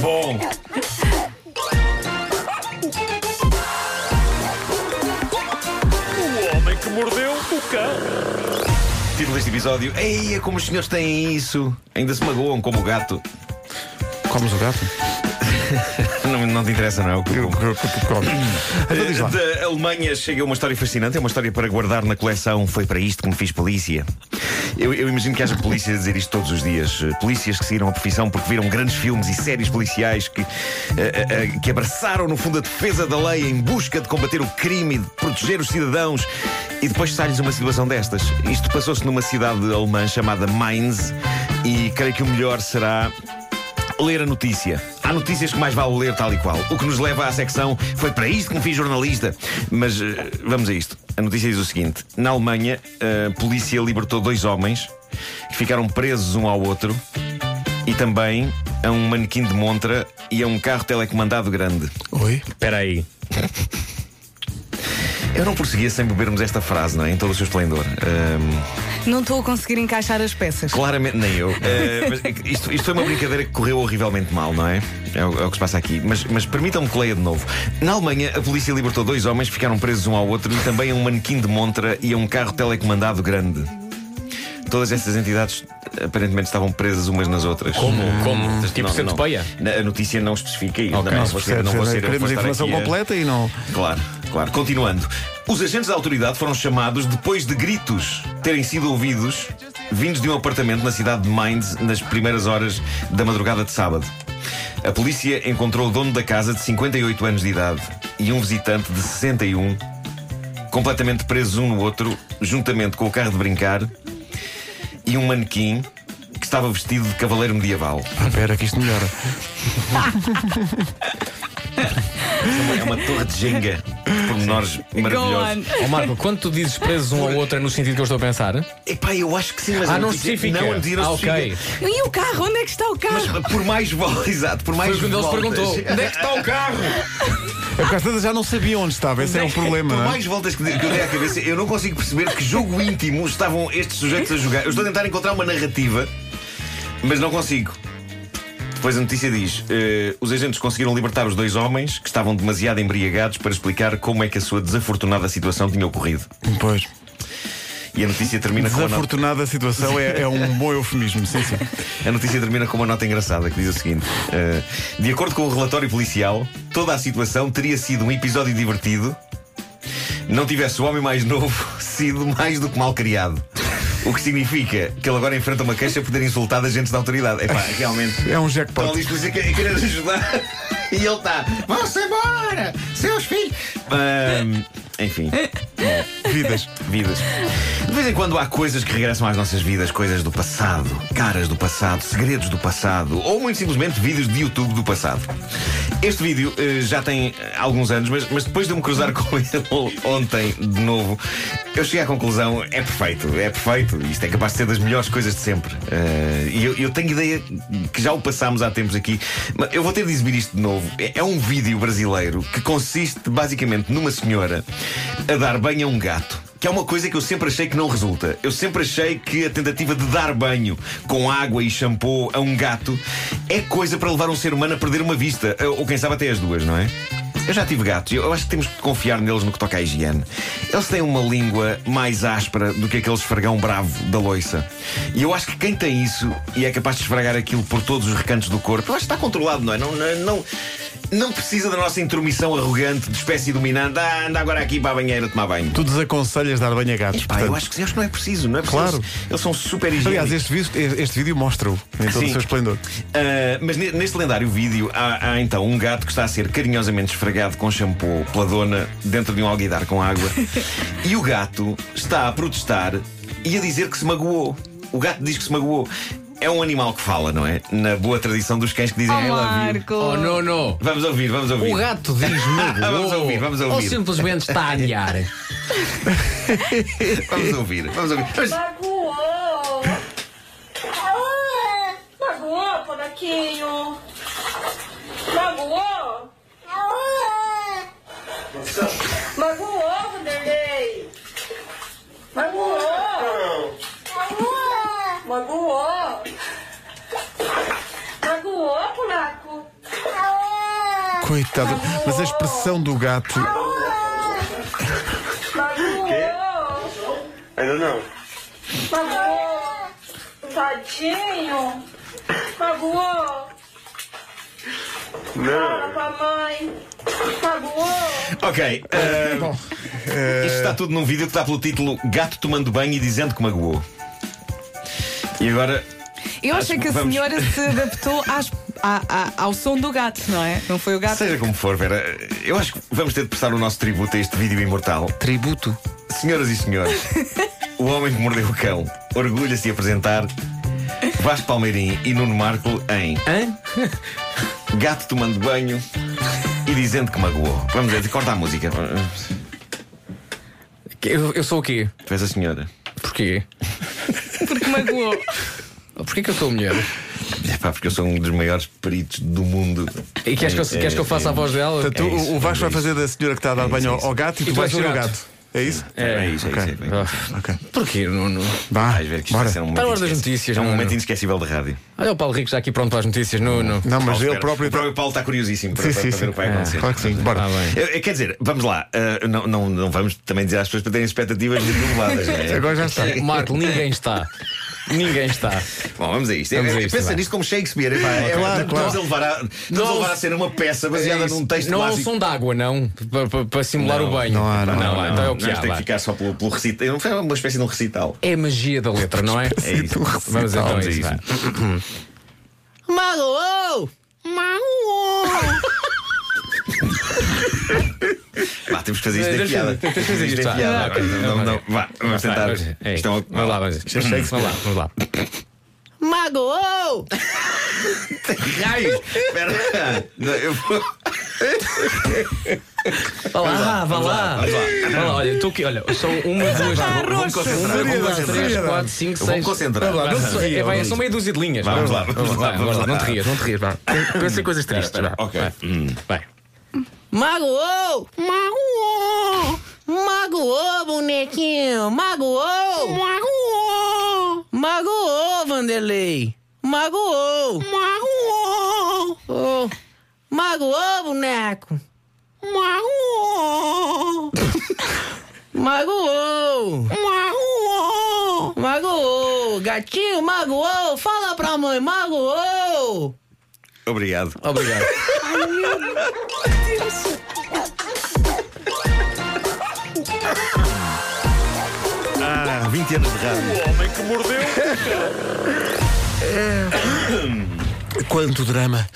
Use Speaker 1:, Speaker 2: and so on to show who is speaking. Speaker 1: Bom, bom. O homem que mordeu o cão.
Speaker 2: Título deste episódio: Eia, como os senhores têm isso! Ainda se magoam como o gato.
Speaker 3: Comes o gato?
Speaker 2: Não, não te interessa, não é? o que eu como.
Speaker 3: Então diz lá.
Speaker 2: Da Alemanha chega uma história fascinante, é uma história para guardar na coleção. Foi para isto que me fiz polícia. Eu, eu imagino que haja polícias a dizer isto todos os dias. Eh, Polícias que seguiram a profissão porque viram grandes filmes e séries policiais que, eh, eh, eh, que abraçaram, no fundo, a defesa da lei em busca de combater o crime e de proteger os cidadãos. E depois sai-lhes uma situação destas. Isto passou-se numa cidade alemã chamada Mainz e creio que o melhor será ler a notícia. Há notícias que mais vale ler tal e qual. O que nos leva à secção foi para isto que me fiz jornalista. Mas eh, vamos a isto. A notícia diz o seguinte: na Alemanha, a polícia libertou dois homens que ficaram presos um ao outro e também a um manequim de montra e a um carro telecomandado grande.
Speaker 3: Oi?
Speaker 2: Ah,
Speaker 1: Espera aí.
Speaker 2: Eu não prosseguia sem bebermos esta frase, não é? Em todo o seu esplendor. Ahm,
Speaker 4: Não estou a conseguir encaixar as peças.
Speaker 2: Claramente, nem eu. Eh, mas é que isto, isto foi uma brincadeira que correu horrivelmente mal, não é? É o, é o que se passa aqui. Mas, mas permitam-me que leia de novo. Na Alemanha, a polícia libertou dois homens que ficaram presos um ao outro e também a um manequim de montra e a um carro telecomandado grande. Todas estas entidades aparentemente estavam presas umas nas outras.
Speaker 1: Como? Como? Tipo
Speaker 2: Não,
Speaker 1: Santo
Speaker 2: não.
Speaker 1: Peia?
Speaker 2: Na- A notícia não especifica e
Speaker 1: Ok.
Speaker 2: não,
Speaker 1: Mas
Speaker 2: vou ser,
Speaker 3: Percebes,
Speaker 2: não vou
Speaker 3: né?
Speaker 2: ser eu que vou
Speaker 3: Queremos a
Speaker 2: estar
Speaker 3: informação
Speaker 2: aqui a-
Speaker 3: completa e não.
Speaker 2: Claro, claro. Continuando. Os agentes da autoridade foram chamados depois de gritos terem sido ouvidos vindos de um apartamento na cidade de Mainz nas primeiras horas da madrugada de sábado. A polícia encontrou o dono da casa de 58 anos de idade e um visitante de 61, completamente presos um no outro, juntamente com o carro de brincar e um manequim que estava vestido de cavaleiro medieval.
Speaker 3: Ah, Espera, que isto melhora.
Speaker 2: É uma torre de jenga de pormenores maravilhosos.
Speaker 1: Ó Marco, quando tu dizes presos um ao outro é no sentido que eu estou a pensar?
Speaker 2: Epá, eu acho que sim, mas
Speaker 1: Ah,
Speaker 2: a
Speaker 1: não
Speaker 2: notícia-
Speaker 1: especifica.
Speaker 2: Não, a notícia não
Speaker 1: ah, ok.
Speaker 2: especifica.
Speaker 4: E o carro? Onde é que está o
Speaker 2: Mas
Speaker 4: carro?
Speaker 2: por mais voltas, exato, por mais
Speaker 1: Foi quando ele se
Speaker 2: voltas.
Speaker 1: perguntou: onde é que está o carro?
Speaker 3: É porque às tantas já não sabia onde estava, esse é o problema,
Speaker 2: Por
Speaker 3: não é?
Speaker 2: mais voltas que que eu dei à cabeça, eu não consigo perceber que jogo íntimo estavam estes sujeitos a jogar. Eu estou a tentar encontrar uma narrativa, mas não consigo. Depois a notícia diz: eh, os agentes conseguiram libertar os dois homens que estavam demasiado embriagados para explicar como é que a sua desafortunada situação tinha ocorrido.
Speaker 3: Pois.
Speaker 2: E a notícia termina com uma nota.
Speaker 3: Desafortunada situação é, é um bom eufemismo, sim, sim.
Speaker 2: A notícia termina com uma nota engraçada que diz o seguinte: eh, De acordo com o relatório policial, toda a situação teria sido um episódio divertido, não tivesse o homem mais novo sido mais do que mal criado. O que significa que ele agora enfrenta uma queixa por ter insultado agentes da autoridade. Epá, Então realmente.
Speaker 3: É
Speaker 2: Estão
Speaker 3: um
Speaker 2: ali
Speaker 3: jackpot.
Speaker 2: os polícias que- a querer ajudar e ele está. Vão-se embora, seus filhos! É Ahm, enfim.
Speaker 3: Vidas.
Speaker 2: Vidas. De vez em quando há coisas que regressam às nossas vidas, coisas do passado, caras do passado, segredos do passado, ou muito simplesmente vídeos de YouTube do passado. Este vídeo eh, já tem eh, alguns anos, mas, mas depois de eu me cruzar com ele ontem de novo, eu cheguei à conclusão: é perfeito, é perfeito, isto é capaz de ser das melhores coisas de sempre. Eh, E eu, eu tenho ideia que já o passámos há tempos aqui, mas eu vou ter de exibir isto de novo. É é um vídeo brasileiro que consiste basicamente numa senhora a dar banho a um gato. Que é uma coisa que eu sempre achei que não resulta. Eu sempre achei que a tentativa de dar banho com água e shampoo a um gato é coisa para levar um ser humano a perder uma vista. Eh, Ou quem sabe até as duas, não é? Eu já tive gatos, eu eu acho que temos que confiar neles no que toca à higiene. Eles têm uma língua mais áspera do que aquele esfregão bravo da loiça. E eu acho que quem tem isso e é capaz de esfregar aquilo por todos os recantos do corpo, eu acho que está controlado, não é? Não, não, não, não precisa da nossa intromissão arrogante de espécie dominante. Ah, anda agora aqui para a banheira tomar banho.
Speaker 3: Tu desaconselhas dar banho a gatos.
Speaker 2: Pá, eu
Speaker 3: portanto.
Speaker 2: acho que, eu acho que não é preciso, não é preciso.
Speaker 3: Claro.
Speaker 2: Eles, eles são super
Speaker 3: Aliás,
Speaker 2: higiênicos.
Speaker 3: este vídeo, este vídeo mostra-o em todo
Speaker 2: Sim.
Speaker 3: o seu esplendor.
Speaker 2: Ah, mas ne- neste lendário vídeo há, há então um gato que está a ser carinhosamente esfregado com shampoo pela dona dentro de um alguidar com água. e o gato está a protestar e a dizer que se magoou. O gato diz que se magoou. É um animal que fala, não é? Na boa tradição dos cães que dizem
Speaker 4: Oh,
Speaker 2: I love you.
Speaker 4: Marco!
Speaker 1: Oh, não, não.
Speaker 2: Vamos ouvir, vamos ouvir.
Speaker 1: O gato diz-me.
Speaker 2: Ah, vamos
Speaker 1: "Oh",
Speaker 2: ouvir, vamos
Speaker 1: Ou
Speaker 2: ouvir.
Speaker 1: simplesmente está a alhar.
Speaker 2: Vamos ouvir, vamos ouvir. Mas-
Speaker 5: Magoou! Magoou, bonequinho! Magoou! Magoou, Vanderlei! Magoou! Magoou! Magoou,
Speaker 3: Coitado. Mas a expressão do gato.
Speaker 5: Magoou.
Speaker 6: Ainda não.
Speaker 5: Magoou. Tadinho. Magoou. Fala
Speaker 6: Não.
Speaker 5: pra mãe. Magoou.
Speaker 2: Ok. eh, Isto está tudo num vídeo que está pelo título Gato tomando banho e dizendo que magoou. E agora.
Speaker 4: Eu achei
Speaker 2: Acho-
Speaker 4: que a
Speaker 2: vamos.
Speaker 4: senhora se adaptou às- à- à- ao som do gato, não é? Não foi o gato?
Speaker 2: Seja como for, Vera, eu acho que vamos ter de prestar o nosso tributo a este vídeo imortal.
Speaker 3: Tributo.
Speaker 2: Senhoras e senhores, o homem que mordeu o cão orgulha-se de apresentar Vasco Palmeirim e Nuno Marco em
Speaker 1: Hã?
Speaker 2: Gato tomando banho e dizendo que magoou. Vamos ver, corta a música.
Speaker 1: Eu, eu sou o quê?
Speaker 2: Tu és a senhora.
Speaker 1: Porquê? Oh,
Speaker 4: Porque magoou.
Speaker 1: Porquê que eu sou mulher?
Speaker 2: É pá, porque eu sou um dos maiores peritos do mundo.
Speaker 1: E queres que eu, queres que eu faça a voz dela?
Speaker 3: Portanto,
Speaker 2: É
Speaker 3: o-
Speaker 2: isso,
Speaker 3: o Vasco
Speaker 2: é
Speaker 3: vai fazer da senhora que está a dar banho
Speaker 2: isso, é
Speaker 3: ao-
Speaker 2: isso.
Speaker 3: ao gato e tu
Speaker 1: tu
Speaker 3: vais
Speaker 1: és o
Speaker 3: ser o
Speaker 1: gato.
Speaker 3: gato. É isso?
Speaker 2: É, isso, é isso. É, isso.
Speaker 1: Ah,
Speaker 3: Ok.
Speaker 1: Porquê, Nuno?
Speaker 3: Vá,
Speaker 2: Vais ver que isto
Speaker 3: bora.
Speaker 2: vai ser um
Speaker 1: Para a Tá hora
Speaker 2: momento
Speaker 1: das
Speaker 2: inesquecível.
Speaker 1: notícias,
Speaker 2: É um
Speaker 1: Nuno.
Speaker 2: momento inesquecível de rádio.
Speaker 1: Olha o Paulo Rico já aqui pronto para as notícias, Nuno.
Speaker 3: Não, mas
Speaker 2: Paulo,
Speaker 3: ele
Speaker 2: espera.
Speaker 3: próprio.
Speaker 2: O próprio Paulo está curiosíssimo para,
Speaker 3: Sim,
Speaker 2: para-
Speaker 3: sim,
Speaker 2: para ver
Speaker 3: sim.
Speaker 2: o que vai
Speaker 3: Ah,
Speaker 2: acontecer.
Speaker 3: claro que sim. Bora.
Speaker 1: Ah, bem.
Speaker 2: Eh, eh, Quer dizer, vamos lá, eh, não, não, não vamos também dizer às pessoas para terem expectativas muito elevadas. não é?
Speaker 3: Agora já está.
Speaker 1: Marco, ninguém está. Ninguém está.
Speaker 2: Bom, vamos a isto.
Speaker 1: Vamos
Speaker 2: Eh,
Speaker 1: a isto,
Speaker 2: Pensa
Speaker 1: vai.
Speaker 2: nisto como Shakespeare. epá, é,
Speaker 3: claro,
Speaker 2: estamos a levar a, estamos a
Speaker 1: Não
Speaker 2: levar a
Speaker 1: se-
Speaker 2: ser uma peça baseada
Speaker 1: É isso.
Speaker 2: num texto
Speaker 1: não há um
Speaker 2: clássico.
Speaker 1: som d'água, não, para, para- para simular
Speaker 2: Não,
Speaker 1: o banho.
Speaker 3: não há, não há,
Speaker 1: há, então é o que
Speaker 2: Nós
Speaker 1: há.
Speaker 2: tem que
Speaker 1: vá.
Speaker 2: ficar só pelo, pelo recital. Não foi uma espécie de um recital.
Speaker 1: É a magia da letra, não é?
Speaker 2: É isso.
Speaker 1: Vamos então
Speaker 3: é
Speaker 1: a
Speaker 2: Vamos a
Speaker 1: isso.
Speaker 2: isso.
Speaker 1: vá. Magoou! Magoou!
Speaker 2: Vá, temos que fazer isto
Speaker 1: Eh,
Speaker 2: da
Speaker 1: deixa-
Speaker 2: piada.
Speaker 1: temos que fazer
Speaker 2: Temos
Speaker 1: isto,
Speaker 2: da
Speaker 1: vá.
Speaker 2: piada.
Speaker 1: Ah, ok.
Speaker 2: Não, não,
Speaker 1: Vamos
Speaker 2: Vá, vamos tentar.
Speaker 1: É,
Speaker 2: Isto é um-
Speaker 1: Vamos lá, vamos. Vamos lá, vamos lá.
Speaker 4: Magoou!
Speaker 2: Raios! Espera. Não, eu vou-
Speaker 1: Vá lá, vá lá.
Speaker 2: vamos lá.
Speaker 1: Vá lá, olha, estou aqui, olha, são uma, duas,
Speaker 2: Vamos concentrar.
Speaker 1: uma, duas,
Speaker 2: Vamos
Speaker 1: três,
Speaker 2: concentrar.
Speaker 1: quatro, cinco,
Speaker 2: Eu vou me
Speaker 1: seis.
Speaker 2: concentrar.
Speaker 1: Vá, não sei, é, vai, são meia dúzia de linhas.
Speaker 2: Vá, vamos lá,
Speaker 1: vamos lá, vamos lá. Não te rias, não te rias, vá. Pensa em coisas tristes, vá.
Speaker 2: Ok. Hum.
Speaker 1: Vai. Vai.
Speaker 7: Magoou! Magoou! Magoou, bonequinho! Magoou! Magoou! Magoou, Vanderlei! Magoou! Magoou! Oh. Magoou, boneco! Magoou! Magoou! Magoou! Magoou! Gatinho, magoou! Fala pra mãe, magoou!
Speaker 2: Obrigado.
Speaker 1: Obrigado.
Speaker 2: Ah, 20 anos de rádio.
Speaker 3: Quanto drama.